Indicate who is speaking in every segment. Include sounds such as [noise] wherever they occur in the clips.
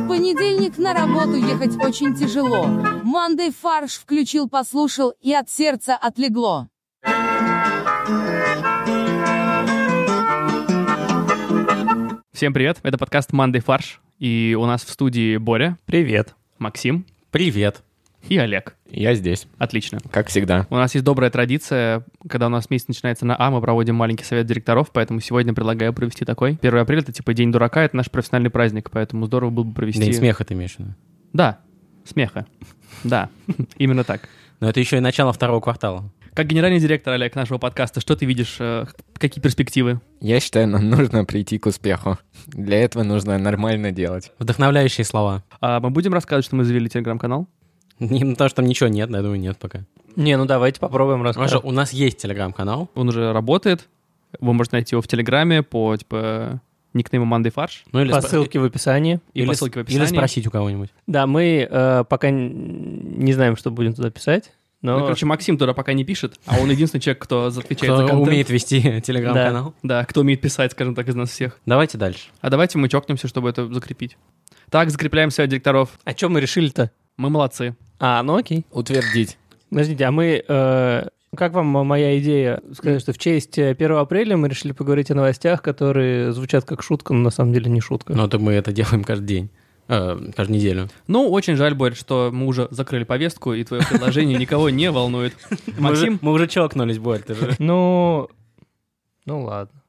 Speaker 1: понедельник на работу ехать очень тяжело. Мандей фарш включил, послушал, и от сердца отлегло.
Speaker 2: Всем привет, это подкаст «Мандай фарш», и у нас в студии Боря,
Speaker 3: Привет.
Speaker 2: Максим
Speaker 4: Привет.
Speaker 2: и Олег.
Speaker 4: Я здесь,
Speaker 2: Отлично.
Speaker 4: как всегда.
Speaker 2: У нас есть добрая традиция, когда у нас месяц начинается на А, мы проводим маленький совет директоров, поэтому сегодня предлагаю провести такой. 1 апреля — это типа День дурака, это наш профессиональный праздник, поэтому здорово было бы провести...
Speaker 4: День смеха ты имеешь в виду?
Speaker 2: Да, смеха. Да, [laughs] именно так.
Speaker 4: Но это еще и начало второго квартала.
Speaker 2: Как генеральный директор, Олег, нашего подкаста, что ты видишь, э, какие перспективы?
Speaker 5: Я считаю, нам [laughs] нужно прийти к успеху. Для этого нужно нормально делать.
Speaker 4: Вдохновляющие слова.
Speaker 2: А мы будем рассказывать, что мы завели телеграм-канал?
Speaker 4: Не, ну, потому что там ничего нет, да, я думаю, нет пока.
Speaker 3: Не, ну давайте попробуем
Speaker 4: Потому что
Speaker 3: рассказать.
Speaker 4: у нас есть телеграм-канал.
Speaker 2: Он уже работает, вы можете найти его в телеграме по, типа, никнейму «Мандай фарш».
Speaker 4: Ну,
Speaker 3: По
Speaker 4: спо-
Speaker 3: ссылке в описании.
Speaker 2: И
Speaker 4: или
Speaker 2: по
Speaker 4: с-
Speaker 2: ссылке в описании.
Speaker 4: Или спросить у кого-нибудь.
Speaker 3: Да, мы э, пока н- не знаем, что будем туда писать,
Speaker 2: Ну,
Speaker 3: но...
Speaker 2: короче, Максим туда пока не пишет, а он единственный человек, кто отвечает за
Speaker 4: Кто
Speaker 2: контент.
Speaker 4: умеет [laughs] вести телеграм-канал.
Speaker 2: Да, кто умеет писать, скажем так, из нас всех.
Speaker 4: Давайте дальше.
Speaker 2: А давайте мы чокнемся, чтобы это закрепить. Так, закрепляем себя директоров.
Speaker 3: О чем мы решили-то?
Speaker 2: Мы молодцы.
Speaker 3: А, ну окей.
Speaker 5: Утвердить.
Speaker 3: Подождите, а мы... э, как вам моя идея сказать, что в честь э, 1 апреля мы решили поговорить о новостях, которые звучат как шутка, но на самом деле не шутка.
Speaker 4: Но это Ну, мы это делаем каждый день. Э, каждую неделю.
Speaker 2: Ну, очень жаль, Борь, что мы уже закрыли повестку, и твое предложение никого не [laughs] волнует. Максим,
Speaker 4: Мы уже чокнулись, Борь, ты же.
Speaker 3: Ну... Ну ладно.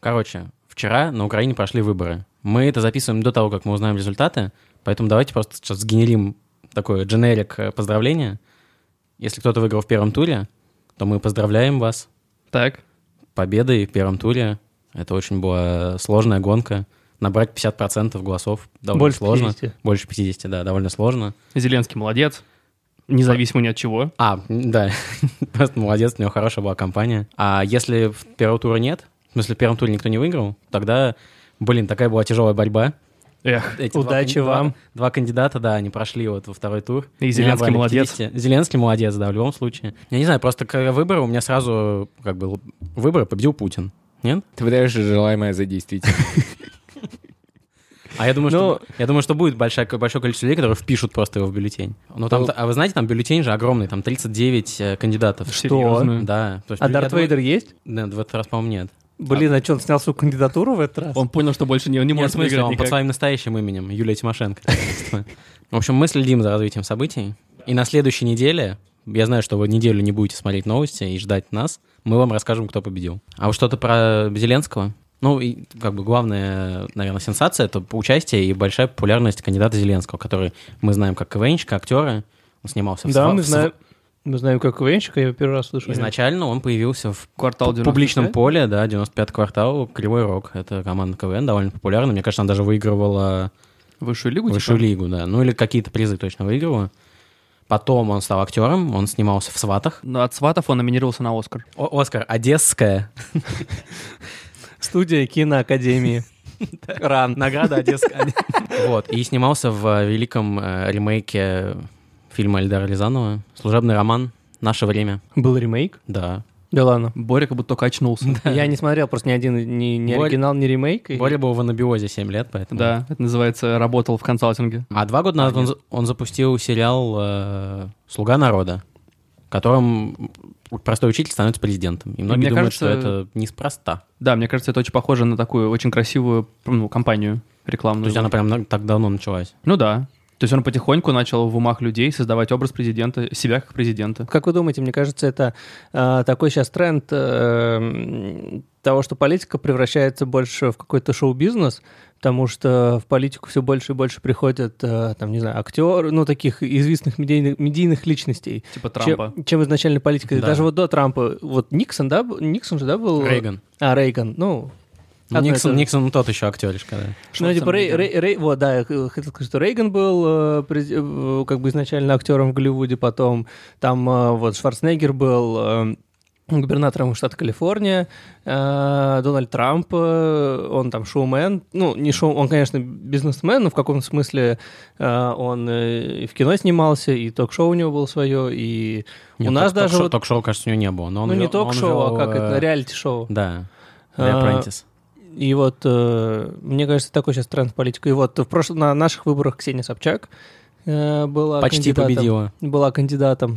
Speaker 4: Короче, вчера на Украине прошли выборы. Мы это записываем до того, как мы узнаем результаты, поэтому давайте просто сейчас сгенерим такое дженерик э, поздравления. Если кто-то выиграл в первом туре, то мы поздравляем вас
Speaker 2: так,
Speaker 4: победой в первом туре. Это очень была сложная гонка. Набрать 50% голосов довольно
Speaker 3: Больше
Speaker 4: сложно.
Speaker 3: 50.
Speaker 4: Больше 50, да, довольно сложно.
Speaker 2: Зеленский молодец, независимо ни от чего.
Speaker 4: А, да, [laughs] просто молодец, у него хорошая была компания. А если в первого тура нет, в смысле в первом туре никто не выиграл, тогда, блин, такая была тяжелая борьба.
Speaker 2: Эх,
Speaker 4: Эти
Speaker 3: Удачи
Speaker 4: кан-
Speaker 3: вам.
Speaker 4: Два, два кандидата, да, они прошли вот во второй тур.
Speaker 2: И
Speaker 4: Меня
Speaker 2: Зеленский
Speaker 4: набрали
Speaker 2: молодец.
Speaker 4: 50. Зеленский молодец, да, в любом случае. Я не знаю, просто когда выборы, у меня сразу, как бы, л- выборы победил Путин. Нет?
Speaker 5: Ты выдаешь желаемое за действительное.
Speaker 4: А я думаю,
Speaker 3: Ну-
Speaker 4: что, я думаю, что будет большое, большое количество людей, которые впишут просто его в бюллетень. Но там,
Speaker 5: Ну-
Speaker 4: а вы знаете, там бюллетень же огромный, там 39 э, кандидатов.
Speaker 2: серьезно.
Speaker 4: Да. то есть,
Speaker 3: А
Speaker 4: я
Speaker 3: Дарт
Speaker 4: думаю-
Speaker 3: Вейдер есть?
Speaker 4: Да, в этот раз, по-моему, нет.
Speaker 3: Блин, а что, он снял свою кандидатуру в этот раз?
Speaker 2: Он понял, что больше не, он не
Speaker 4: Нет, в
Speaker 2: может
Speaker 4: смысле,
Speaker 2: выиграть
Speaker 4: он под
Speaker 2: никак.
Speaker 4: своим настоящим именем, Юлия Тимошенко. В общем, мы следим за развитием событий. И на следующей неделе, я знаю, что вы неделю не будете смотреть новости и ждать нас, мы вам расскажем, кто победил. А вот что-то про Зеленского? Ну, и как бы главная, наверное, сенсация — это участие и большая популярность кандидата Зеленского, который мы знаем как КВНщика, актера. Он снимался в
Speaker 3: Да,
Speaker 4: «Сва-
Speaker 3: мы
Speaker 4: в
Speaker 3: знаем, мы знаем, как Венчика, я первый раз слышу.
Speaker 4: «Сва-». Изначально он появился в
Speaker 2: Квартал
Speaker 4: в
Speaker 2: 95.
Speaker 4: публичном поле, да, 95 квартал, Кривой Рог. Это команда КВН, довольно популярна. Мне кажется, она даже выигрывала
Speaker 2: Высшую лигу,
Speaker 4: высшую
Speaker 2: типа?
Speaker 4: лигу, да. Ну или какие-то призы точно выигрывала. Потом он стал актером, он снимался в «Сватах».
Speaker 2: Ну, от сватов он номинировался на Оскар.
Speaker 4: О- «Оскар» одесская.
Speaker 3: Студия [laughs] киноакадемии. Ран.
Speaker 4: Награда одесская. Вот, и снимался в великом э, ремейке фильма Эльдара Рязанова «Служебный роман. Наше время».
Speaker 3: Был ремейк?
Speaker 4: Да.
Speaker 2: [laughs]
Speaker 3: Да ладно.
Speaker 2: Боря как будто только [laughs] очнулся.
Speaker 3: Я не смотрел просто ни один, ни, ни
Speaker 4: Борь-
Speaker 3: оригинал, ни ремейк. и-
Speaker 4: Боря был в анабиозе 7 лет, поэтому...
Speaker 2: Да, это называется «Работал в консалтинге».
Speaker 4: А два года назад он, за- он запустил сериал э, «Слуга народа», в котором простой учитель становится президентом. И многие
Speaker 2: мне
Speaker 4: думают, что
Speaker 2: кажется,
Speaker 4: это неспроста.
Speaker 2: Да, мне кажется, это очень похоже на такую очень красивую ну, кампанию
Speaker 4: То
Speaker 2: рекламную.
Speaker 4: есть она прям на- так давно началась.
Speaker 2: Ну да. То есть он потихоньку начал в умах людей создавать образ президента, себя как президента.
Speaker 3: Как вы думаете, мне кажется, это э, такой сейчас тренд э, м, того, что политика превращается больше в какой-то шоу-бизнес, потому что в политику все больше и больше приходят, э, там, не знаю, актеры, ну, таких известных медийных, медийных личностей.
Speaker 2: Типа
Speaker 3: Чем-
Speaker 2: Трампа.
Speaker 3: Чем, изначально политика.
Speaker 4: Да.
Speaker 3: Даже вот до Трампа. Вот Никсон, да? б- Никсон же, да, был?
Speaker 4: Рейган.
Speaker 3: А, Рейган. Ну,
Speaker 4: Ну,
Speaker 3: одно и
Speaker 4: Никсон,
Speaker 3: то же.
Speaker 4: Никсон тот еще актеришка, да.
Speaker 3: Ну, типа,
Speaker 2: Шварценеггер.
Speaker 3: Рей, Рей- Рей- вот, да, я х- хотел сказать, что Рейган был э, през- э, как бы изначально актером в Голливуде, потом там э, вот Шварценеггер был э, губернатором штата Калифорния, э, Дональд Трамп, э, он там шоумен, ну, не шоу, он, конечно, бизнесмен, но в каком-то смысле э, он э, и в кино снимался, и ток-шоу у него было свое, и у
Speaker 4: Нет,
Speaker 3: нас
Speaker 4: ток-
Speaker 3: даже
Speaker 4: ток-шоу,
Speaker 3: вот-
Speaker 4: ток-шоу, кажется, у него не было. Но он
Speaker 3: ну, не
Speaker 4: вел- э, он
Speaker 3: ток-шоу, а
Speaker 4: вел,
Speaker 3: как это,
Speaker 4: э,
Speaker 3: реалити-шоу.
Speaker 4: Да, The
Speaker 3: А,
Speaker 4: Apprentice.
Speaker 3: И вот, э, мне кажется, такой сейчас тренд в политику. И вот в прошлом, на наших выборах Ксения Собчак э, была
Speaker 4: Почти
Speaker 3: кандидатом.
Speaker 4: победила.
Speaker 3: Была кандидатом.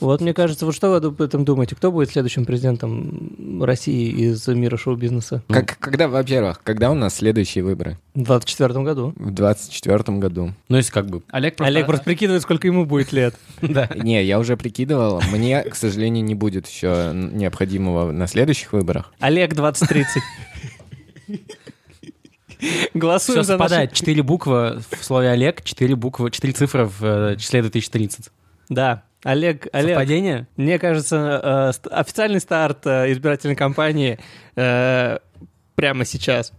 Speaker 3: Вот, мне кажется, вот что вы об этом думаете? Кто будет следующим президентом России из мира шоу-бизнеса?
Speaker 5: Как, когда, во-первых, когда у нас следующие выборы?
Speaker 3: В 24 году.
Speaker 5: В 24 году.
Speaker 4: Ну, если как бы...
Speaker 2: Олег просто...
Speaker 3: Олег просто прикидывает, сколько ему будет лет.
Speaker 4: Да.
Speaker 5: Не, я уже прикидывал. Мне, к сожалению, не будет еще необходимого на следующих выборах.
Speaker 3: Олег 2030. Голосуем
Speaker 4: Все
Speaker 3: за наши-
Speaker 4: совпадает. Четыре буквы в слове Олег, четыре буквы, четыре цифры в э, числе 2030.
Speaker 3: Да. Олег, Олег,
Speaker 4: Совпадение?
Speaker 3: Мне кажется, э, ст- официальный старт э, избирательной кампании э, прямо сейчас.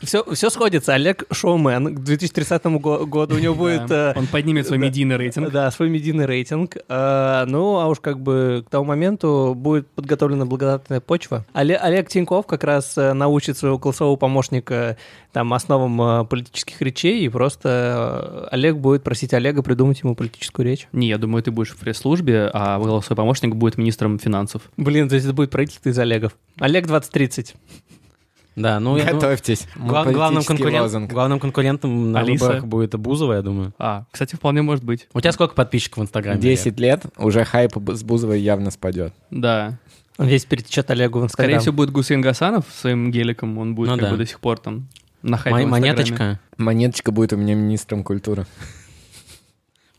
Speaker 3: Все, все сходится. Олег Шоумен к 2030 го- году у него будет...
Speaker 2: [laughs] Да,
Speaker 3: э,
Speaker 2: Он поднимет свой
Speaker 3: да.
Speaker 2: медийный рейтинг.
Speaker 3: Да, свой медийный рейтинг. Э, Ну, а уж как бы к тому моменту будет подготовлена благодатная почва. Оле- Олег Тиньков как раз э, научит своего голосового помощника э, там основам э, политических речей, и просто э, Олег будет просить Олега придумать ему политическую речь.
Speaker 2: Не, я думаю, ты будешь в пресс-службе, а голосовой помощник будет министром финансов.
Speaker 3: Блин, то есть это будет правительство из Олегов. Олег 2030.
Speaker 4: Да, ну... я думаю,
Speaker 5: Готовьтесь.
Speaker 4: гла-
Speaker 5: Мой
Speaker 4: главным,
Speaker 5: политический
Speaker 4: конкурент-
Speaker 5: лозунг.
Speaker 4: главным конкурентом на
Speaker 2: Алиса.
Speaker 4: выборах будет Бузова, я думаю.
Speaker 2: А, кстати, вполне может быть.
Speaker 4: У тебя сколько подписчиков в Инстаграме?
Speaker 5: 10 лет, уже хайп с Бузовой явно спадет.
Speaker 2: Да.
Speaker 3: Весь перетечет Олегу
Speaker 2: Скорее
Speaker 3: в Инстаграм.
Speaker 2: всего, будет Гусейн Гасанов своим геликом, он будет
Speaker 4: Ну
Speaker 2: как
Speaker 4: да.
Speaker 2: бы до сих пор там на хайпе
Speaker 4: Олег?
Speaker 2: в
Speaker 4: Мо-
Speaker 2: Инстаграме.
Speaker 4: Монеточка?
Speaker 5: Монеточка будет у меня министром культуры.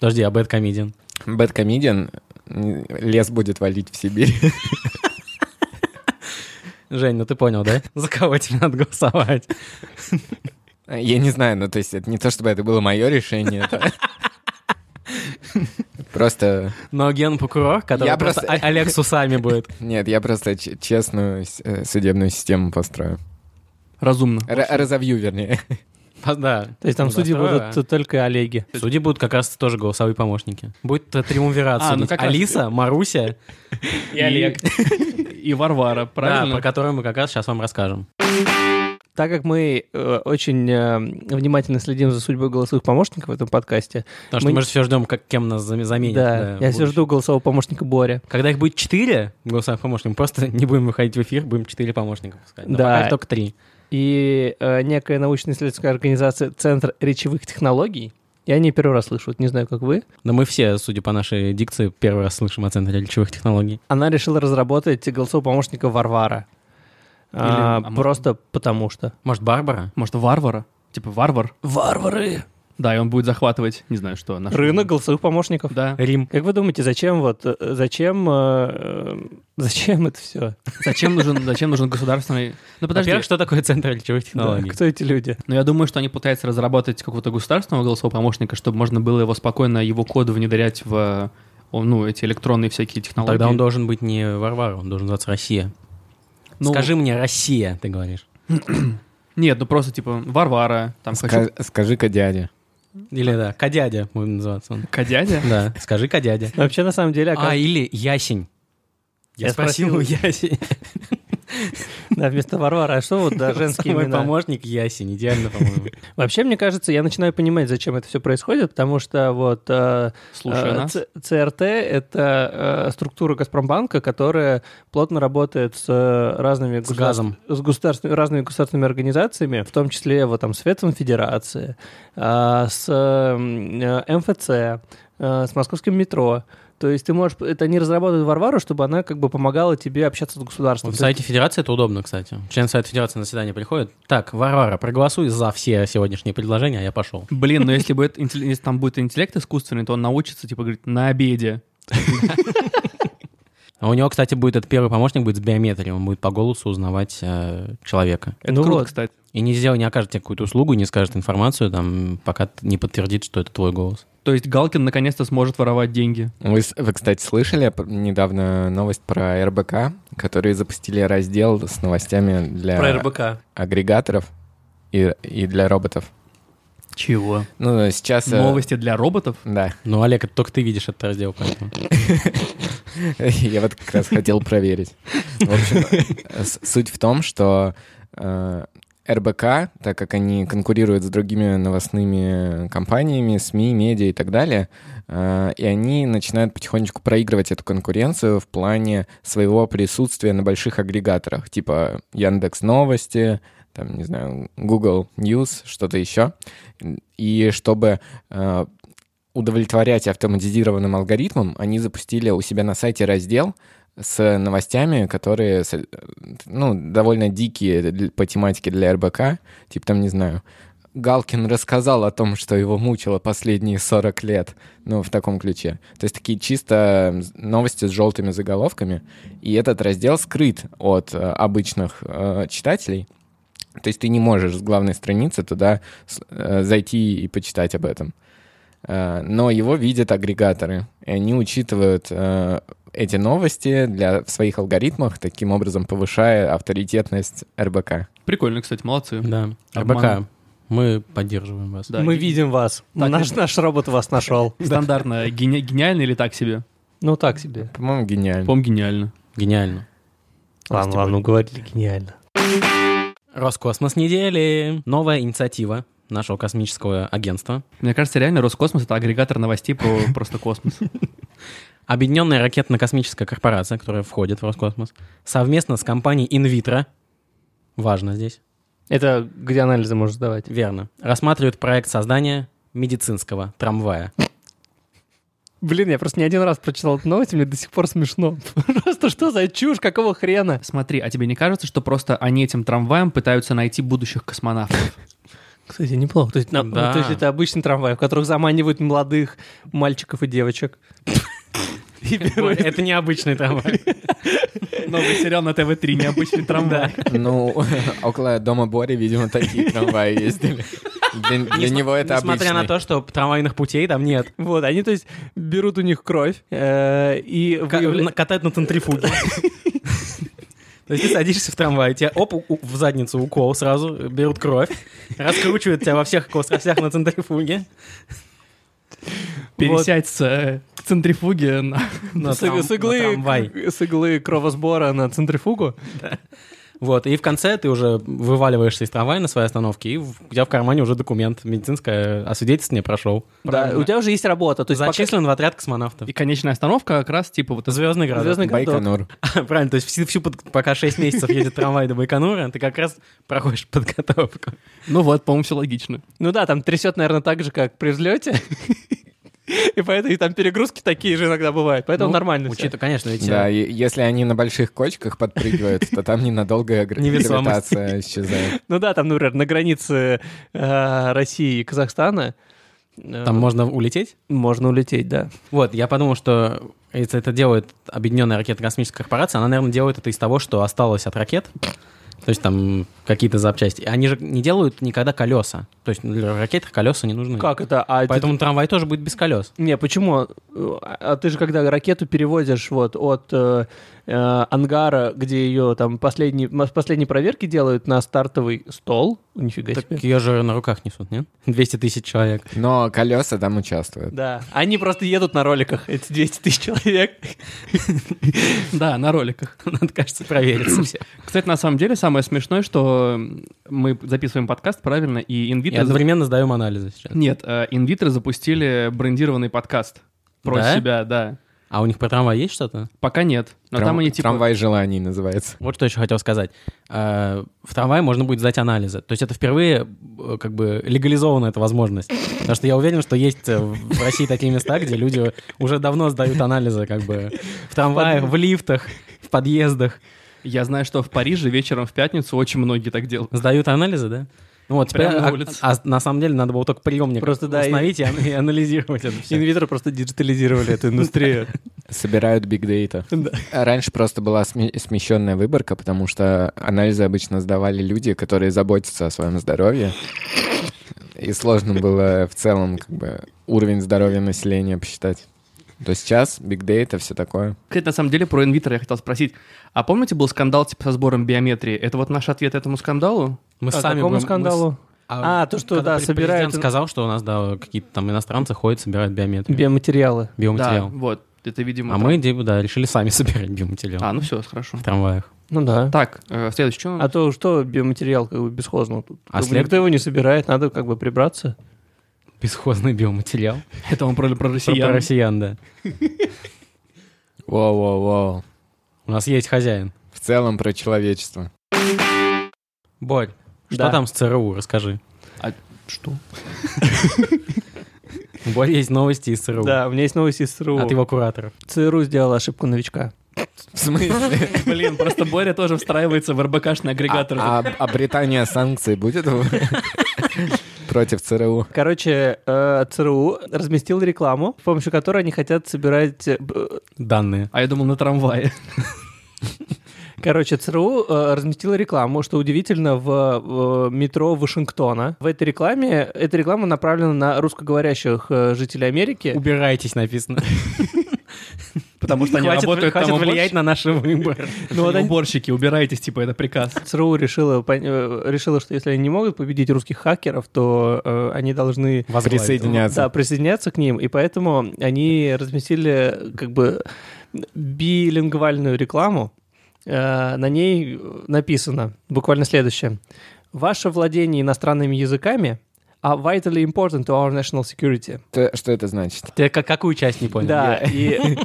Speaker 4: Подожди, а Bad Comedian?
Speaker 5: Бэткомедиан. м, Лес будет валить в Сибирь.
Speaker 4: Жень, ну ты понял,
Speaker 5: [laughs]
Speaker 4: да? За кого тебе надо голосовать?
Speaker 5: Я не знаю, ну то есть это не то, чтобы это было мое решение. это- Просто...
Speaker 4: Но Ген Прокурор, который
Speaker 5: Я
Speaker 4: просто,
Speaker 5: просто-
Speaker 4: О- Олег с усами будет.
Speaker 5: Нет, я просто ч- честную с- э, судебную систему построю.
Speaker 2: Разумно.
Speaker 5: Р- Разовью, вернее.
Speaker 4: А, Да.
Speaker 3: То есть там
Speaker 4: Ну,
Speaker 3: судьи
Speaker 4: да, строю,
Speaker 3: будут только Олеги.
Speaker 4: а. Судьи будут как раз тоже голосовые помощники. Будет э, триумвират
Speaker 2: А, ну
Speaker 4: судить.
Speaker 2: как раз-
Speaker 4: Алиса, Маруся,
Speaker 2: И Олег. И Варвара,
Speaker 4: да,
Speaker 2: правильно?
Speaker 4: про которую мы как раз сейчас вам расскажем.
Speaker 3: Так как мы э, очень э, внимательно следим за судьбой голосовых помощников в этом подкасте,
Speaker 4: Потому что
Speaker 3: Мы-
Speaker 4: мы, же все ждем, как, кем нас зам- заменят.
Speaker 3: да, я все
Speaker 4: будущее.
Speaker 3: жду голосового помощника Боря.
Speaker 4: Когда их будет четыре голосовых помощников, мы просто [laughs] не будем выходить в эфир, будем четыре помощника пускать. Но
Speaker 3: Да.
Speaker 4: пока их только три.
Speaker 3: И э, некая научно-исследовательская организация Центр речевых технологий. Я не первый раз слышу, вот не знаю, как вы.
Speaker 4: Но мы все, судя по нашей дикции, первый раз слышим о центре речевых технологий.
Speaker 3: Она решила разработать голосового помощника Варвара. А,
Speaker 2: а может-
Speaker 3: просто потому что.
Speaker 4: Может, Барбара?
Speaker 2: Может, Варвара? Типа Варвар?
Speaker 3: Варвары!
Speaker 2: Да, и он будет захватывать, не знаю что. наш-
Speaker 3: Рынок голосовых помощников.
Speaker 2: [laughs] Да.
Speaker 4: Рим.
Speaker 3: Как вы думаете, зачем вот, э, зачем, э, э, зачем это все?
Speaker 2: Зачем нужен, зачем нужен государственный... Ну, подожди.
Speaker 4: Во-первых, что такое центр речевых
Speaker 3: Ну,
Speaker 4: технологий?
Speaker 3: кто эти люди?
Speaker 2: Но я думаю, что они пытаются разработать какого-то государственного голосового помощника, чтобы можно было его спокойно, его коды внедрять в о, ну, эти электронные всякие технологии.
Speaker 4: Тогда он должен быть не Варвара, он должен называться Россия.
Speaker 2: Ну,
Speaker 4: Скажи мне Россия, ты говоришь.
Speaker 2: Нет, ну просто типа Варвара, там хочу... [laughs]
Speaker 5: Ска- Скажи-ка дядя.
Speaker 4: Или да, Кадядя будет называться он.
Speaker 2: Кадядя?
Speaker 4: Да, скажи Кадядя.
Speaker 3: [laughs] Вообще, на самом деле,
Speaker 4: А,
Speaker 3: оказывается,
Speaker 4: или Ясень. Я,
Speaker 3: Я
Speaker 4: спросил у [laughs] Ясень.
Speaker 3: [laughs] да, вместо Варвара, а что вот, [laughs] да, женские
Speaker 4: Мой
Speaker 3: имена?
Speaker 4: помощник Ясень, идеально, по-моему.
Speaker 3: Вообще, мне кажется, я начинаю понимать, зачем это все происходит, потому что вот э,
Speaker 2: Слушай
Speaker 3: э,
Speaker 2: нас.
Speaker 3: Ц- ЦРТ — это э, структура Газпромбанка, которая плотно работает с э, разными государств-
Speaker 4: газом.
Speaker 3: с государственными, разными государственными организациями, в том числе вот там с Светом Федерации, э, с э, э, МФЦ, э, с московским метро. То есть ты можешь... Это они разработают Варвару, чтобы она как бы помогала тебе общаться с
Speaker 4: В
Speaker 3: государством. То есть
Speaker 4: Совете Федерации это удобно, кстати. Член Совета Федерации на заседание приходит. Так, Варвара, проголосуй за все сегодняшние предложения, а я пошел.
Speaker 2: Блин, но если, будет, интелли- если там будет интеллект искусственный, то он научится, типа, говорить на обеде.
Speaker 4: А у него, кстати, будет этот первый помощник будет с биометрией, он будет по голосу узнавать э, человека.
Speaker 2: Это
Speaker 3: Ну
Speaker 2: круто,
Speaker 3: вот.
Speaker 2: кстати.
Speaker 4: И не сделает, не окажет тебе какую-то услугу, не скажет информацию, там, пока т- не подтвердит, что это твой голос.
Speaker 2: То есть Галкин наконец-то сможет воровать деньги.
Speaker 5: Вы, с- вы, кстати, слышали п- недавно новость про РБК, которые запустили раздел с новостями
Speaker 3: Про
Speaker 5: для
Speaker 3: РБК.
Speaker 5: агрегаторов и, и для роботов.
Speaker 2: Чего?
Speaker 5: Ну, сейчас... э,
Speaker 2: Новости для роботов?
Speaker 5: Да,
Speaker 4: Ну, Олег, это только ты видишь этот раздел, поэтому.
Speaker 5: [laughs] я вот как раз хотел проверить. В общем, с- суть в том, что э, РБК, так как они конкурируют с другими новостными компаниями, СМИ, медиа и так далее, э, и они начинают потихонечку проигрывать эту конкуренцию в плане своего присутствия на больших агрегаторах, типа Яндекс Новости, там, не знаю, Google News, что-то еще. И чтобы э, удовлетворять автоматизированным алгоритмам, они запустили у себя на сайте раздел с новостями, которые, с- ну, довольно дикие для- по тематике для РБК. Типа там, не знаю, Галкин рассказал о том, что его мучило последние 40 лет. Ну, в таком ключе. То есть такие чисто новости с желтыми заголовками. И этот раздел скрыт от э, обычных э, читателей. То есть ты не можешь с главной страницы туда с- э, зайти и почитать об этом. Э, Но его видят агрегаторы, и они учитывают э, эти новости для, в своих алгоритмах, таким образом повышая авторитетность РБК.
Speaker 2: Прикольно, кстати, молодцы.
Speaker 4: Да.
Speaker 2: Обман.
Speaker 4: РБК, мы поддерживаем вас.
Speaker 2: Да,
Speaker 3: Мы
Speaker 2: и-
Speaker 3: видим вас.
Speaker 2: Так,
Speaker 3: наш, наш робот вас нашел.
Speaker 2: Стандартно. Гени- Гениально или так себе?
Speaker 3: Ну, так себе.
Speaker 5: По-моему, гениально.
Speaker 2: По-моему, гениально.
Speaker 4: Гениально.
Speaker 3: Ладно, ладно, уговорили, гениально.
Speaker 4: Роскосмос недели. Новая инициатива нашего космического агентства.
Speaker 2: Мне кажется, реально Роскосмос — это агрегатор новостей [laughs] про просто космос.
Speaker 4: Объединенная ракетно-космическая корпорация, которая входит в Роскосмос, совместно с компанией Invitro, важно здесь,
Speaker 3: Это где анализы можешь сдавать?
Speaker 4: верно, рассматривает проект создания медицинского [laughs] трамвая.
Speaker 3: Блин, я просто не один раз прочитал эту новость, и мне до сих пор смешно. [laughs] Просто что за чушь, какого хрена?
Speaker 2: Смотри, а тебе не кажется, что просто они этим трамваем пытаются найти будущих космонавтов?
Speaker 3: Кстати, неплохо. То есть, на-
Speaker 4: Да.
Speaker 3: то есть это обычный трамвай, в которых заманивают молодых мальчиков и девочек. И берут-
Speaker 4: Это необычный трамвай.
Speaker 2: [laughs] Новый сериал на ТВ-3, необычный трамвай.
Speaker 5: [laughs] Ну, [laughs] около дома Бори, видимо, такие трамваи ездили. Для, для него это
Speaker 4: Несмотря на
Speaker 5: обычный.
Speaker 4: то, что трамвайных путей там нет.
Speaker 3: Вот, они, то есть, берут у них кровь э, и
Speaker 4: Ка-
Speaker 3: выявля-
Speaker 4: на- Катают на центрифуге. То есть ты садишься в трамвай, тебе оп, у- в задницу укол сразу, берут кровь, раскручивают тебя во всех космосах на центрифуге.
Speaker 2: Пересядь с э, к центрифуге на...
Speaker 4: на
Speaker 3: с,
Speaker 4: трам-
Speaker 3: с
Speaker 4: на
Speaker 3: иглы,
Speaker 4: трамвай.
Speaker 3: с иглы кровосбора на центрифугу.
Speaker 4: Вот, и в конце ты уже вываливаешься из трамвая на своей остановке, и в- у тебя в кармане уже документ медицинское, освидетельствование прошел.
Speaker 3: Да, у тебя уже есть работа. То есть пока-
Speaker 4: Зачислен в отряд космонавтов.
Speaker 2: И конечная остановка как раз типа вот...
Speaker 4: Звездный град.
Speaker 3: Звездный городок.
Speaker 5: Байконур.
Speaker 4: [laughs] А Правильно, то есть всю, всю под- пока 6 месяцев едет трамвай до Байконура, ты как раз проходишь [laughs] подготовку.
Speaker 2: Ну вот, по-моему, все логично.
Speaker 3: Ну да, там трясет, наверное, так же, как при взлете. [laughs] И поэтому и там перегрузки такие же иногда бывают. Поэтому
Speaker 4: Ну,
Speaker 3: нормально все.
Speaker 4: Учитывая, конечно, ведь
Speaker 5: Да,
Speaker 4: э,
Speaker 5: и если они на больших кочках подпрыгивают, то там ненадолго гра-
Speaker 4: Невесомость.
Speaker 5: гравитация исчезает.
Speaker 3: Ну да, там, например, на границе э, России и Казахстана э,
Speaker 4: там можно улететь.
Speaker 3: можно улететь, да.
Speaker 4: Вот, я подумал, что если это делает Объединенная ракетно-космическая корпорация, она, наверное, делает это из того, что осталось от ракет. То есть там какие-то запчасти. Они же не делают никогда колеса. То есть для ракет колеса не нужны.
Speaker 3: Как это? А
Speaker 4: Поэтому трамвай тоже будет без колес.
Speaker 3: Не, почему? Э, А ты же когда ракету перевозишь вот от э, э, ангара, где ее там последние, м- последние проверки делают на стартовый стол, нифига
Speaker 4: Так
Speaker 3: себе.
Speaker 4: ее же на руках несут, нет? [laughs] 200 тысяч человек.
Speaker 5: Но колеса там участвуют.
Speaker 3: Да, они просто едут на роликах, эти 200 тысяч человек.
Speaker 2: Да, на
Speaker 3: [laughs]
Speaker 2: роликах.
Speaker 4: Надо, кажется, провериться все.
Speaker 2: Кстати, на самом деле, самое смешное, что м, мы записываем подкаст правильно, и
Speaker 4: И
Speaker 2: инвитер...
Speaker 4: одновременно сдаем анализы сейчас.
Speaker 2: Нет, э, инвитер запустили брендированный подкаст про
Speaker 4: Да?
Speaker 2: себя, да.
Speaker 4: А у них про трамвай есть что-то?
Speaker 2: Пока нет. Но
Speaker 5: Трам-
Speaker 2: там они типа...
Speaker 5: Трамвай желаний называется.
Speaker 4: Вот что еще хотел сказать. Э, В трамвае можно будет сдать анализы. То есть это впервые э, как бы легализована эта возможность. Потому что я уверен, что есть э, в России такие места, где люди уже давно сдают анализы как бы в трамваях, в лифтах, в подъездах.
Speaker 2: Я знаю, что в Париже вечером в пятницу очень многие так делают.
Speaker 4: Сдают анализы, да? Ну вот, теперь,
Speaker 2: Прямо на
Speaker 4: а,
Speaker 2: улице.
Speaker 4: а на самом деле надо было только приемник
Speaker 3: Просто, да, и-
Speaker 4: установить и, ан- и анализировать это все.
Speaker 3: Инвитро просто диджитализировали эту индустрию.
Speaker 5: Собирают биг дейта. Раньше просто была сме- смещенная выборка, потому что анализы обычно сдавали люди, которые заботятся о своем здоровье. И сложно было в целом как бы, уровень здоровья населения посчитать. То сейчас биг дейта, все такое.
Speaker 2: Кстати, на самом деле, про инвитер я хотел спросить. А помните, был скандал типа со сбором биометрии? Это вот наш ответ этому скандалу?
Speaker 4: [laughs] Мы
Speaker 3: А
Speaker 4: сами
Speaker 3: какому
Speaker 4: будем- мы с-
Speaker 3: скандалу? А, то, что,
Speaker 4: когда
Speaker 3: да,
Speaker 4: пре-
Speaker 3: собирают-
Speaker 4: президент сказал, что у нас, да, какие-то там иностранцы ходят, собирают биометрию.
Speaker 3: Биоматериалы.
Speaker 4: Биоматериал.
Speaker 2: Ну Да, вот. Это, видимо...
Speaker 4: А
Speaker 2: там-
Speaker 4: [laughs] мы, типа, да, решили сами [laughs] собирать биоматериал
Speaker 2: А, ну все, хорошо.
Speaker 4: в трамваях.
Speaker 3: Ну да.
Speaker 2: Так, э, следующий. чё у нас?
Speaker 3: А то что биоматериал как бы бесхозно тут?
Speaker 4: А
Speaker 3: Как бы
Speaker 4: след-
Speaker 3: Никто его не собирает, надо как бы прибраться.
Speaker 4: Бесхозный биоматериал.
Speaker 2: Это он про, про
Speaker 4: Про- Про россиян, да.
Speaker 5: Вау-вау-вау.
Speaker 4: У нас есть хозяин.
Speaker 5: В целом про человечество.
Speaker 4: Борь, что
Speaker 3: Да.
Speaker 4: там с ЦРУ? Расскажи.
Speaker 2: Что?
Speaker 4: У Бори есть новости из ЦРУ.
Speaker 3: Да, у меня есть новость из ЦРУ.
Speaker 4: От его кураторов.
Speaker 3: А ЦРУ сделала ошибку новичка.
Speaker 5: В смысле?
Speaker 2: Блин, просто Боря тоже встраивается в РБКшный
Speaker 5: А,
Speaker 2: агрегатор.
Speaker 5: а- а Британия санкции будет против ЦРУ?
Speaker 3: Короче, э, ЦРУ разместил рекламу, с помощью которой они хотят собирать... э, б-
Speaker 4: Данные.
Speaker 2: А я думал, на трамвае.
Speaker 3: Короче, ЦРУ э, разместила рекламу, что удивительно, в э, метро Вашингтона. В этой рекламе... Эта реклама направлена на русскоговорящих э, жителей Америки.
Speaker 4: Убирайтесь, написано.
Speaker 2: Потому что они
Speaker 4: Хватит-
Speaker 2: работают там
Speaker 4: хватит
Speaker 2: уборщ-
Speaker 4: влиять на наши выборы.
Speaker 2: Ну, вот они- уборщики, убирайтесь, типа, это приказ.
Speaker 3: ЦРУ решила, пон- э, решила, что если они не могут победить русских хакеров, то э, они должны
Speaker 4: Возглавить.
Speaker 5: Присоединяться.
Speaker 3: Да, присоединяться к ним, и поэтому они разместили как бы билингвальную рекламу. Э, На ней написано буквально следующее. Ваше владение иностранными языками are vitally important to our national security.
Speaker 5: Т- Что это значит?
Speaker 4: Ты ка- какую часть не понял?
Speaker 3: Да, и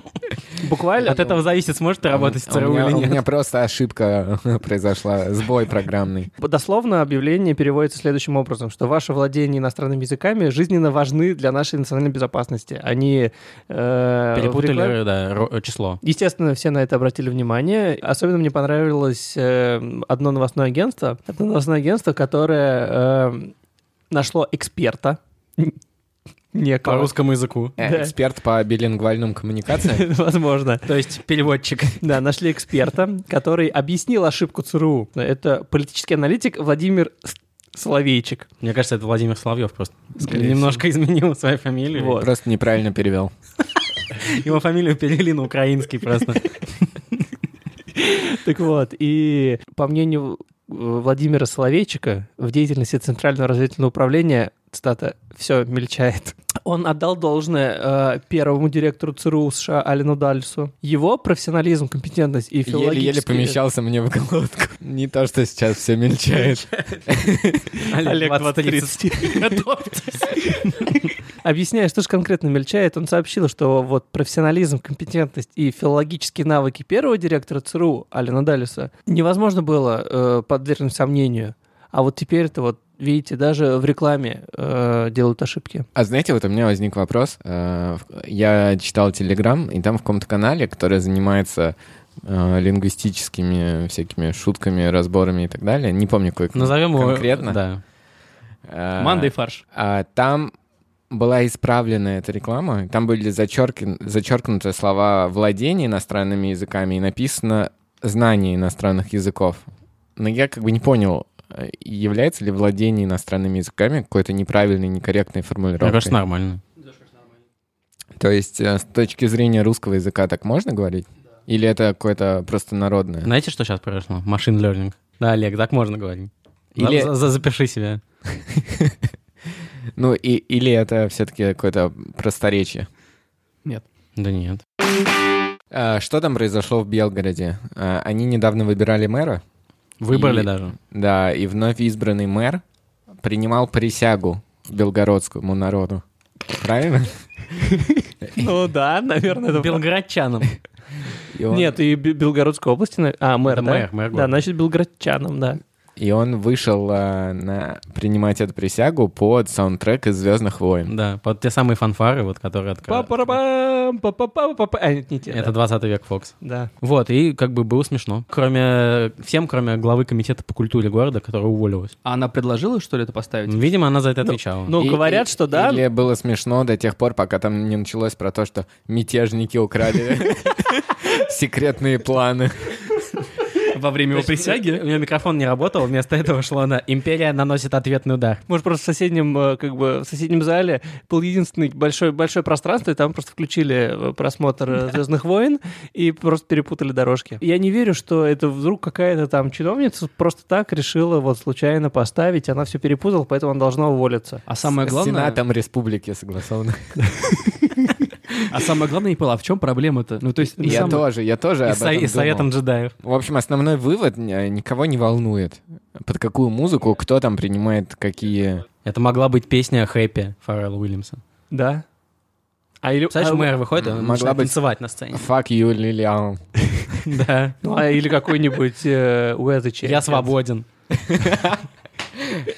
Speaker 3: буквально...
Speaker 4: От этого зависит, сможешь ты работать с
Speaker 5: А У
Speaker 4: ЦРУ
Speaker 5: меня-
Speaker 4: или
Speaker 5: У меня
Speaker 4: нет.
Speaker 5: просто ошибка [laughs] произошла, сбой программный.
Speaker 3: [laughs] Дословно объявление переводится следующим образом, что ваше владение иностранными языками жизненно важны для нашей национальной безопасности. Они э, в рекламе-
Speaker 4: Перепутали, да, ро- э, число.
Speaker 3: Естественно, все на это обратили внимание. Особенно мне понравилось э, одно новостное агентство. Одно новостное агентство, которое э, нашло эксперта.
Speaker 4: По
Speaker 3: Некого.
Speaker 4: русскому языку.
Speaker 5: Э,
Speaker 3: Да.
Speaker 5: Эксперт по билингвальным коммуникациям.
Speaker 3: [laughs] Возможно.
Speaker 4: То есть переводчик.
Speaker 3: Да, нашли эксперта, который объяснил ошибку ЦРУ. Это политический аналитик Владимир С- Соловейчик.
Speaker 4: Мне кажется, это Владимир Соловьев просто
Speaker 2: Скорее
Speaker 4: немножко изменил свою фамилию.
Speaker 3: [laughs] Вот.
Speaker 5: Просто неправильно перевел.
Speaker 4: Его фамилию перевели на украинский просто.
Speaker 3: Так вот, и по мнению э, Владимира Соловейчика, в деятельности Центрального разведывательного управления, цитата, «все мельчает». Он отдал должное э, первому директору ЦРУ США Алину Дальсу. Его профессионализм, компетентность и филологические...
Speaker 5: Еле-еле помещался мне в глотку. [laughs] Не то, что сейчас все мельчает.
Speaker 3: Олег
Speaker 4: 20-30.
Speaker 3: Объясняя, что же конкретно мельчает, он сообщил, что вот профессионализм, компетентность и филологические навыки первого директора ЦРУ Алина Далиса невозможно было э, подвергнуть сомнению. А вот теперь-то вот, видите, даже в рекламе э, делают ошибки.
Speaker 5: А знаете, вот у меня возник вопрос. Э, в- Я читал Телеграм, и там в каком-то канале, который занимается э, лингвистическими всякими шутками, разборами и так далее. Не помню, какой
Speaker 4: Назовем его...
Speaker 5: конкретно.
Speaker 4: Да.
Speaker 5: Э,
Speaker 2: Манда и фарш.
Speaker 5: А, Там была исправлена эта реклама, там были зачеркин- зачеркнуты слова владение иностранными языками и написано знание иностранных языков. Но я как бы не понял, э, является ли владение иностранными языками какой-то неправильной,
Speaker 4: Мне
Speaker 5: некорректной
Speaker 4: кажется,
Speaker 5: формулировкой.
Speaker 4: нормально.
Speaker 5: То есть э, с точки зрения русского языка так можно говорить? Или это какое-то просто народное?
Speaker 4: Знаете, что сейчас произошло? Машин learning. Да, Олег, так можно говорить.
Speaker 5: Или-
Speaker 4: За- за- Запиши себя.
Speaker 5: Ну, и, или это все-таки какое-то просторечие?
Speaker 4: Да нет.
Speaker 5: А, Что там произошло в Белгороде? А, Они недавно выбирали мэра.
Speaker 4: Выбрали
Speaker 5: И-
Speaker 4: даже.
Speaker 5: Да, и вновь избранный мэр принимал присягу белгородскому народу. Правильно?
Speaker 3: Ну да, наверное,
Speaker 4: Белградчанам.
Speaker 5: И он,
Speaker 3: Нет, и Бе- Белгородской области... на- А, мэр,
Speaker 4: Это
Speaker 3: да?
Speaker 4: мэр, мэр
Speaker 3: Да,
Speaker 4: города.
Speaker 3: значит, белгородчанам, да.
Speaker 5: И он вышел а, на принимать эту присягу под саундтрек из Звездных
Speaker 4: [laughs]
Speaker 5: войн.
Speaker 4: Да, под те самые фанфары, вот которые открыли.
Speaker 3: Па-па-ра-бам, па-па-па-па-па. А, нет, не те,
Speaker 4: Это
Speaker 3: да.
Speaker 4: 20 век Фокс.
Speaker 3: Да.
Speaker 4: Вот, и как бы было смешно. Кроме всем, кроме главы комитета по культуре города, которая уволилась.
Speaker 2: А она предложила, что ли, это поставить?
Speaker 4: Видимо, она за это отвечала.
Speaker 3: Ну,
Speaker 5: И-
Speaker 3: говорят,
Speaker 5: и-
Speaker 3: что да.
Speaker 5: Или было смешно до тех пор, пока там не началось про то, что мятежники
Speaker 3: [laughs]
Speaker 5: украли секретные планы.
Speaker 2: Во время его
Speaker 4: У
Speaker 2: присяги?
Speaker 4: нее микрофон не работал, вместо этого шло на «Империя наносит ответный удар».
Speaker 3: Может, просто в соседнем, э, как бы, в соседнем зале был единственный большой, большое пространство, и там просто включили э, просмотр э, «Звездных войн» и просто перепутали дорожки. Я не верю, что это вдруг какая-то там чиновница просто так решила вот случайно поставить, она все перепутала, поэтому она должна уволиться.
Speaker 2: А самое
Speaker 5: С
Speaker 2: главное...
Speaker 5: Сенатом республики согласовано.
Speaker 2: А самое главное, не поняла, а в чем проблема-то? Ну, то есть... и
Speaker 5: Я
Speaker 2: сам-
Speaker 5: тоже, я тоже
Speaker 4: И
Speaker 5: об
Speaker 4: со-
Speaker 5: этом
Speaker 4: и советом
Speaker 5: думал.
Speaker 4: джедаев.
Speaker 5: В общем, основной вывод э, никого не волнует. Под какую музыку, кто там принимает какие...
Speaker 4: Это могла быть песня «Хэппи» Фаррелла Уильямса.
Speaker 3: Да. А или...
Speaker 4: Представляешь,
Speaker 3: а-
Speaker 4: мэр выходит, и он
Speaker 5: Могла
Speaker 4: начинает
Speaker 5: быть.
Speaker 4: танцевать на сцене.
Speaker 5: Fuck
Speaker 4: [laughs]
Speaker 5: you, Лилиан.
Speaker 4: Да.
Speaker 3: ну, а или какой-нибудь э, Where the Champions.
Speaker 4: Я свободен.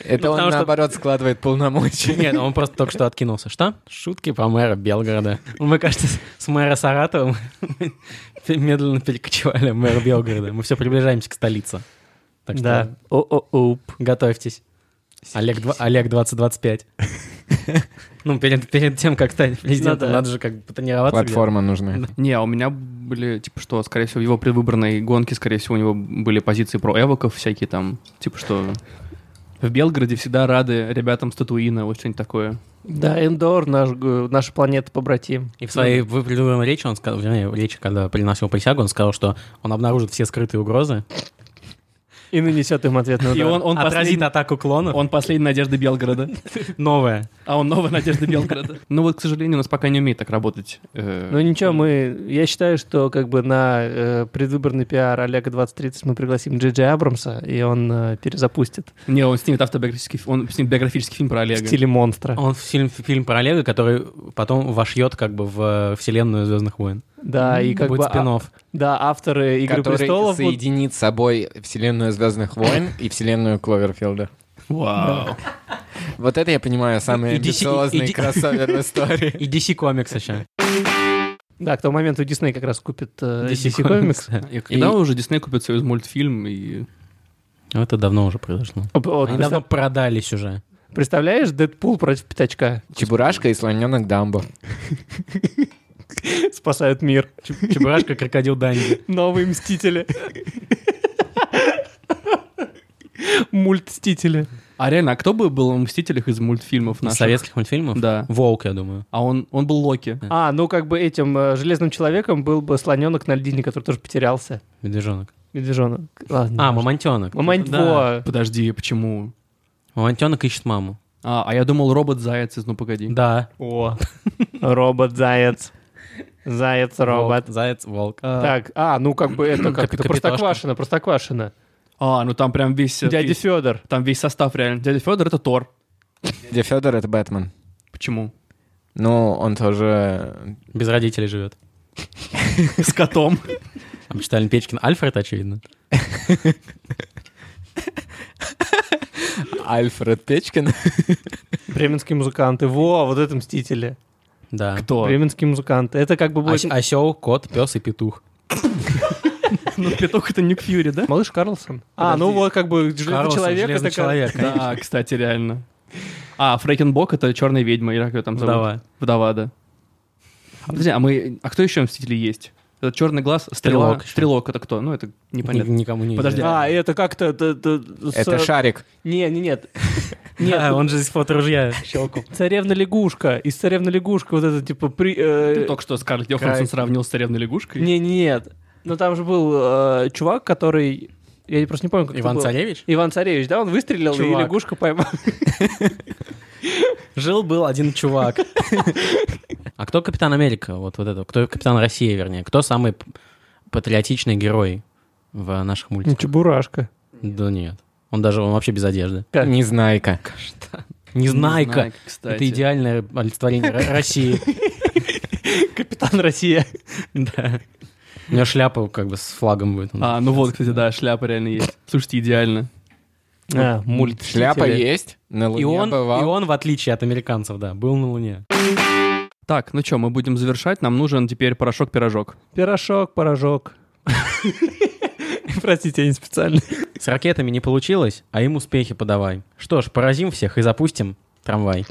Speaker 5: Это он,
Speaker 4: потому что-
Speaker 5: наоборот, складывает
Speaker 4: [laughs]
Speaker 5: полномочия.
Speaker 4: Нет, ну, он просто только что откинулся. Что? Шутки про мэра Белгорода. Мы, кажется, с- с мэра Саратова медленно перекочевали в мэра Белгорода. Мы все приближаемся к столице. Так что
Speaker 3: Да. О-о-оп.
Speaker 4: готовьтесь. Олег, два- Олег 2025. Ну, перед, перед тем, как стать президентом,
Speaker 3: Ну да.
Speaker 4: надо же как бы потренироваться.
Speaker 5: Платформа нужна.
Speaker 2: Не, а у меня были, типа, что, скорее всего, в его предвыборной гонке, скорее всего, у него были позиции про эвоков всякие там, типа, что в Белгороде всегда рады ребятам с Татуина, вот что-нибудь такое.
Speaker 3: Да, Эндор, наш, г- наша планета побратим.
Speaker 4: И в своей в предвыборной речи, он сказал, вернее, в речи, когда приносил присягу, он сказал, что он обнаружит все скрытые угрозы,
Speaker 3: И нанесет им ответный удар.
Speaker 2: И он, он,
Speaker 4: отразит
Speaker 2: последний,
Speaker 4: атаку клонов.
Speaker 2: он последний надежда Белгорода,
Speaker 4: Новое.
Speaker 2: а он новая надежда Белгорода. Ну вот, к сожалению, у нас пока не умеет так работать. э,
Speaker 3: Ну ничего, мы, я считаю, что как бы на э, предвыборный пиар Олега 2030 мы пригласим Джей Джей Абрамса, и он э, перезапустит
Speaker 2: Не, он снимет автобиографический, ф- он снимет биографический фильм про
Speaker 3: в
Speaker 2: Олега.
Speaker 3: стиле монстра.
Speaker 4: [laughs] Он в фильм, фильм про Олега, который потом вошьет как бы в э, вселенную Звездных войн.
Speaker 3: Да, и как
Speaker 4: Будет
Speaker 3: бы... а-
Speaker 4: спин
Speaker 3: да, авторы «Игры
Speaker 5: Который
Speaker 3: престолов» будут-
Speaker 5: соединит с собой вселенную Звездных войн и вселенную Кловерфилда.
Speaker 2: Вау.
Speaker 5: Вот это, я понимаю, самый
Speaker 4: И DC, и-
Speaker 5: амбициозный
Speaker 4: и-
Speaker 5: кроссовер
Speaker 4: [laughs]
Speaker 5: в истории.
Speaker 4: И DC Comics еще.
Speaker 3: Да, к тому моменту Дисней как раз купит э,
Speaker 4: DC
Speaker 3: DC, Comics.
Speaker 4: Comics.
Speaker 2: И когда уже Дисней купит союз мультфильм и...
Speaker 4: Ну, Это давно уже произошло.
Speaker 3: Об- вот,
Speaker 4: Они
Speaker 3: представ-
Speaker 4: давно продались [laughs] уже.
Speaker 3: Представляешь, Дэдпул против Пятачка [laughs]
Speaker 5: Чебурашка и слоненок Дамбо.
Speaker 3: спасают мир.
Speaker 4: Чебурашка, крокодил Данди.
Speaker 3: Новые Мстители. Мультстители.
Speaker 2: А реально, а кто бы был в «Мстителях» из мультфильмов
Speaker 4: Из
Speaker 2: наших?
Speaker 4: советских мультфильмов?
Speaker 2: Да.
Speaker 4: Волк, я думаю.
Speaker 2: А он, он был Локи.
Speaker 3: А, ну как бы этим э, железным человеком был бы слоненок на льдине, который тоже потерялся.
Speaker 4: Медвежонок.
Speaker 3: Медвежонок. Ладно.
Speaker 4: А, Мамонтенок.
Speaker 3: Момент
Speaker 4: Да.
Speaker 3: во.
Speaker 2: Подожди, почему?
Speaker 4: Мамонтенок ищет маму.
Speaker 2: А, а я думал, робот-заяц из «Ну, погоди».
Speaker 4: Да.
Speaker 3: О, робот-заяц.
Speaker 4: Волк,
Speaker 3: Заяц-робот.
Speaker 4: Заяц, волк.
Speaker 2: А,
Speaker 3: Так, а, ну как бы это как
Speaker 4: Капи-
Speaker 3: это
Speaker 4: капитошка.
Speaker 3: простоквашина, простоквашина.
Speaker 2: А, ну там прям весь...
Speaker 3: Дядя
Speaker 2: весь-
Speaker 3: Федор.
Speaker 2: Там весь состав реально. Дядя Федор — это Тор.
Speaker 5: Дядя Федор это Бэтмен.
Speaker 2: Почему?
Speaker 5: Ну, он тоже...
Speaker 4: Без родителей живет.
Speaker 2: С котом.
Speaker 4: Обчитали Печкин Альфред, очевидно. [laughs]
Speaker 5: Альфред Печкин.
Speaker 3: Бременские музыканты. Во, вот это мстители.
Speaker 4: Да.
Speaker 2: Кто?
Speaker 3: Бременские музыканты. Это как бы будет...
Speaker 4: Осел, кот, пес и петух.
Speaker 2: Ну, петух — это Нюк Фьюри, да?
Speaker 3: Малыш Карлсон. А, ну вот как бы железный
Speaker 4: Карлсон,
Speaker 3: человек.
Speaker 4: Железный
Speaker 3: это как-
Speaker 4: человек.
Speaker 2: [laughs] Да, кстати, реально. А, Фрейкенбок — это черная ведьма, или как ее там зовут?
Speaker 4: Вдова.
Speaker 2: Вдова, да. А, подожди, а мы... А кто еще «Мстители» есть? Это черный глаз, стрела.
Speaker 4: Стрелок
Speaker 2: Стрелок,
Speaker 4: еще.
Speaker 2: это кто? Ну, это
Speaker 4: Ни-
Speaker 2: непонятно.
Speaker 4: Никому не
Speaker 2: Подожди,
Speaker 4: известно.
Speaker 3: А, это как-то... т- т- с-
Speaker 5: Это Шарик.
Speaker 3: Не, не, нет.
Speaker 4: Да, он же из фото
Speaker 3: Э,
Speaker 4: ружья щелкал.
Speaker 3: Царевна лягушка. Из царевна лягушка вот это типа при... э,
Speaker 2: Ты только что Скарлетт Йоханссон
Speaker 3: кайф.
Speaker 2: сравнил с царевной лягушкой.
Speaker 3: Не, не, нет. Но там же был э, чувак, который... Я просто не помню, как это
Speaker 4: Иван
Speaker 3: было.
Speaker 4: Царевич?
Speaker 3: Иван Царевич, да, он выстрелил,
Speaker 4: Чувак.
Speaker 3: и лягушка поймала.
Speaker 4: Жил-был один чувак. [laughs] А кто Капитан Америка? Вот, вот это. Кто Капитан России, вернее? Кто самый п- патриотичный герой в наших мультиках?
Speaker 3: Чебурашка.
Speaker 4: Да нет. Он даже, он вообще без одежды.
Speaker 3: Так.
Speaker 5: Незнайка.
Speaker 4: Незнайка.
Speaker 2: кстати.
Speaker 4: Это идеальное олицетворение Ро- России.
Speaker 3: Капитан Россия.
Speaker 4: Да. У него шляпа как бы с флагом будет. Он-
Speaker 2: А, ну вот, кстати, да, шляпа реально есть. Слушайте, идеально.
Speaker 3: А, мульт.
Speaker 5: Шляпа
Speaker 3: Мстители.
Speaker 5: есть. На Луне
Speaker 4: И он, и
Speaker 5: бывал.
Speaker 4: он, в отличие от американцев, да, был на Луне.
Speaker 2: Так, ну что, мы будем завершать. Нам нужен теперь порошок-пирожок.
Speaker 3: Пирожок, порожок. [laughs] Простите, я не специально.
Speaker 4: С ракетами не получилось, а им успехи подавай. Что ж, поразим всех и запустим трамвай.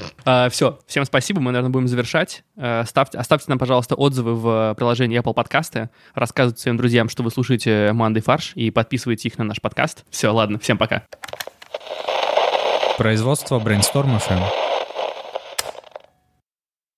Speaker 2: все, А, всем спасибо, мы, наверное, будем завершать. А, ставьте, оставьте нам, пожалуйста, отзывы в э, приложении Apple Подкасты. Рассказывайте своим друзьям, что вы слушаете «Манды фарш» и подписывайте их на наш подкаст. Все, ладно, всем пока.
Speaker 6: Производство Brainstorm FM.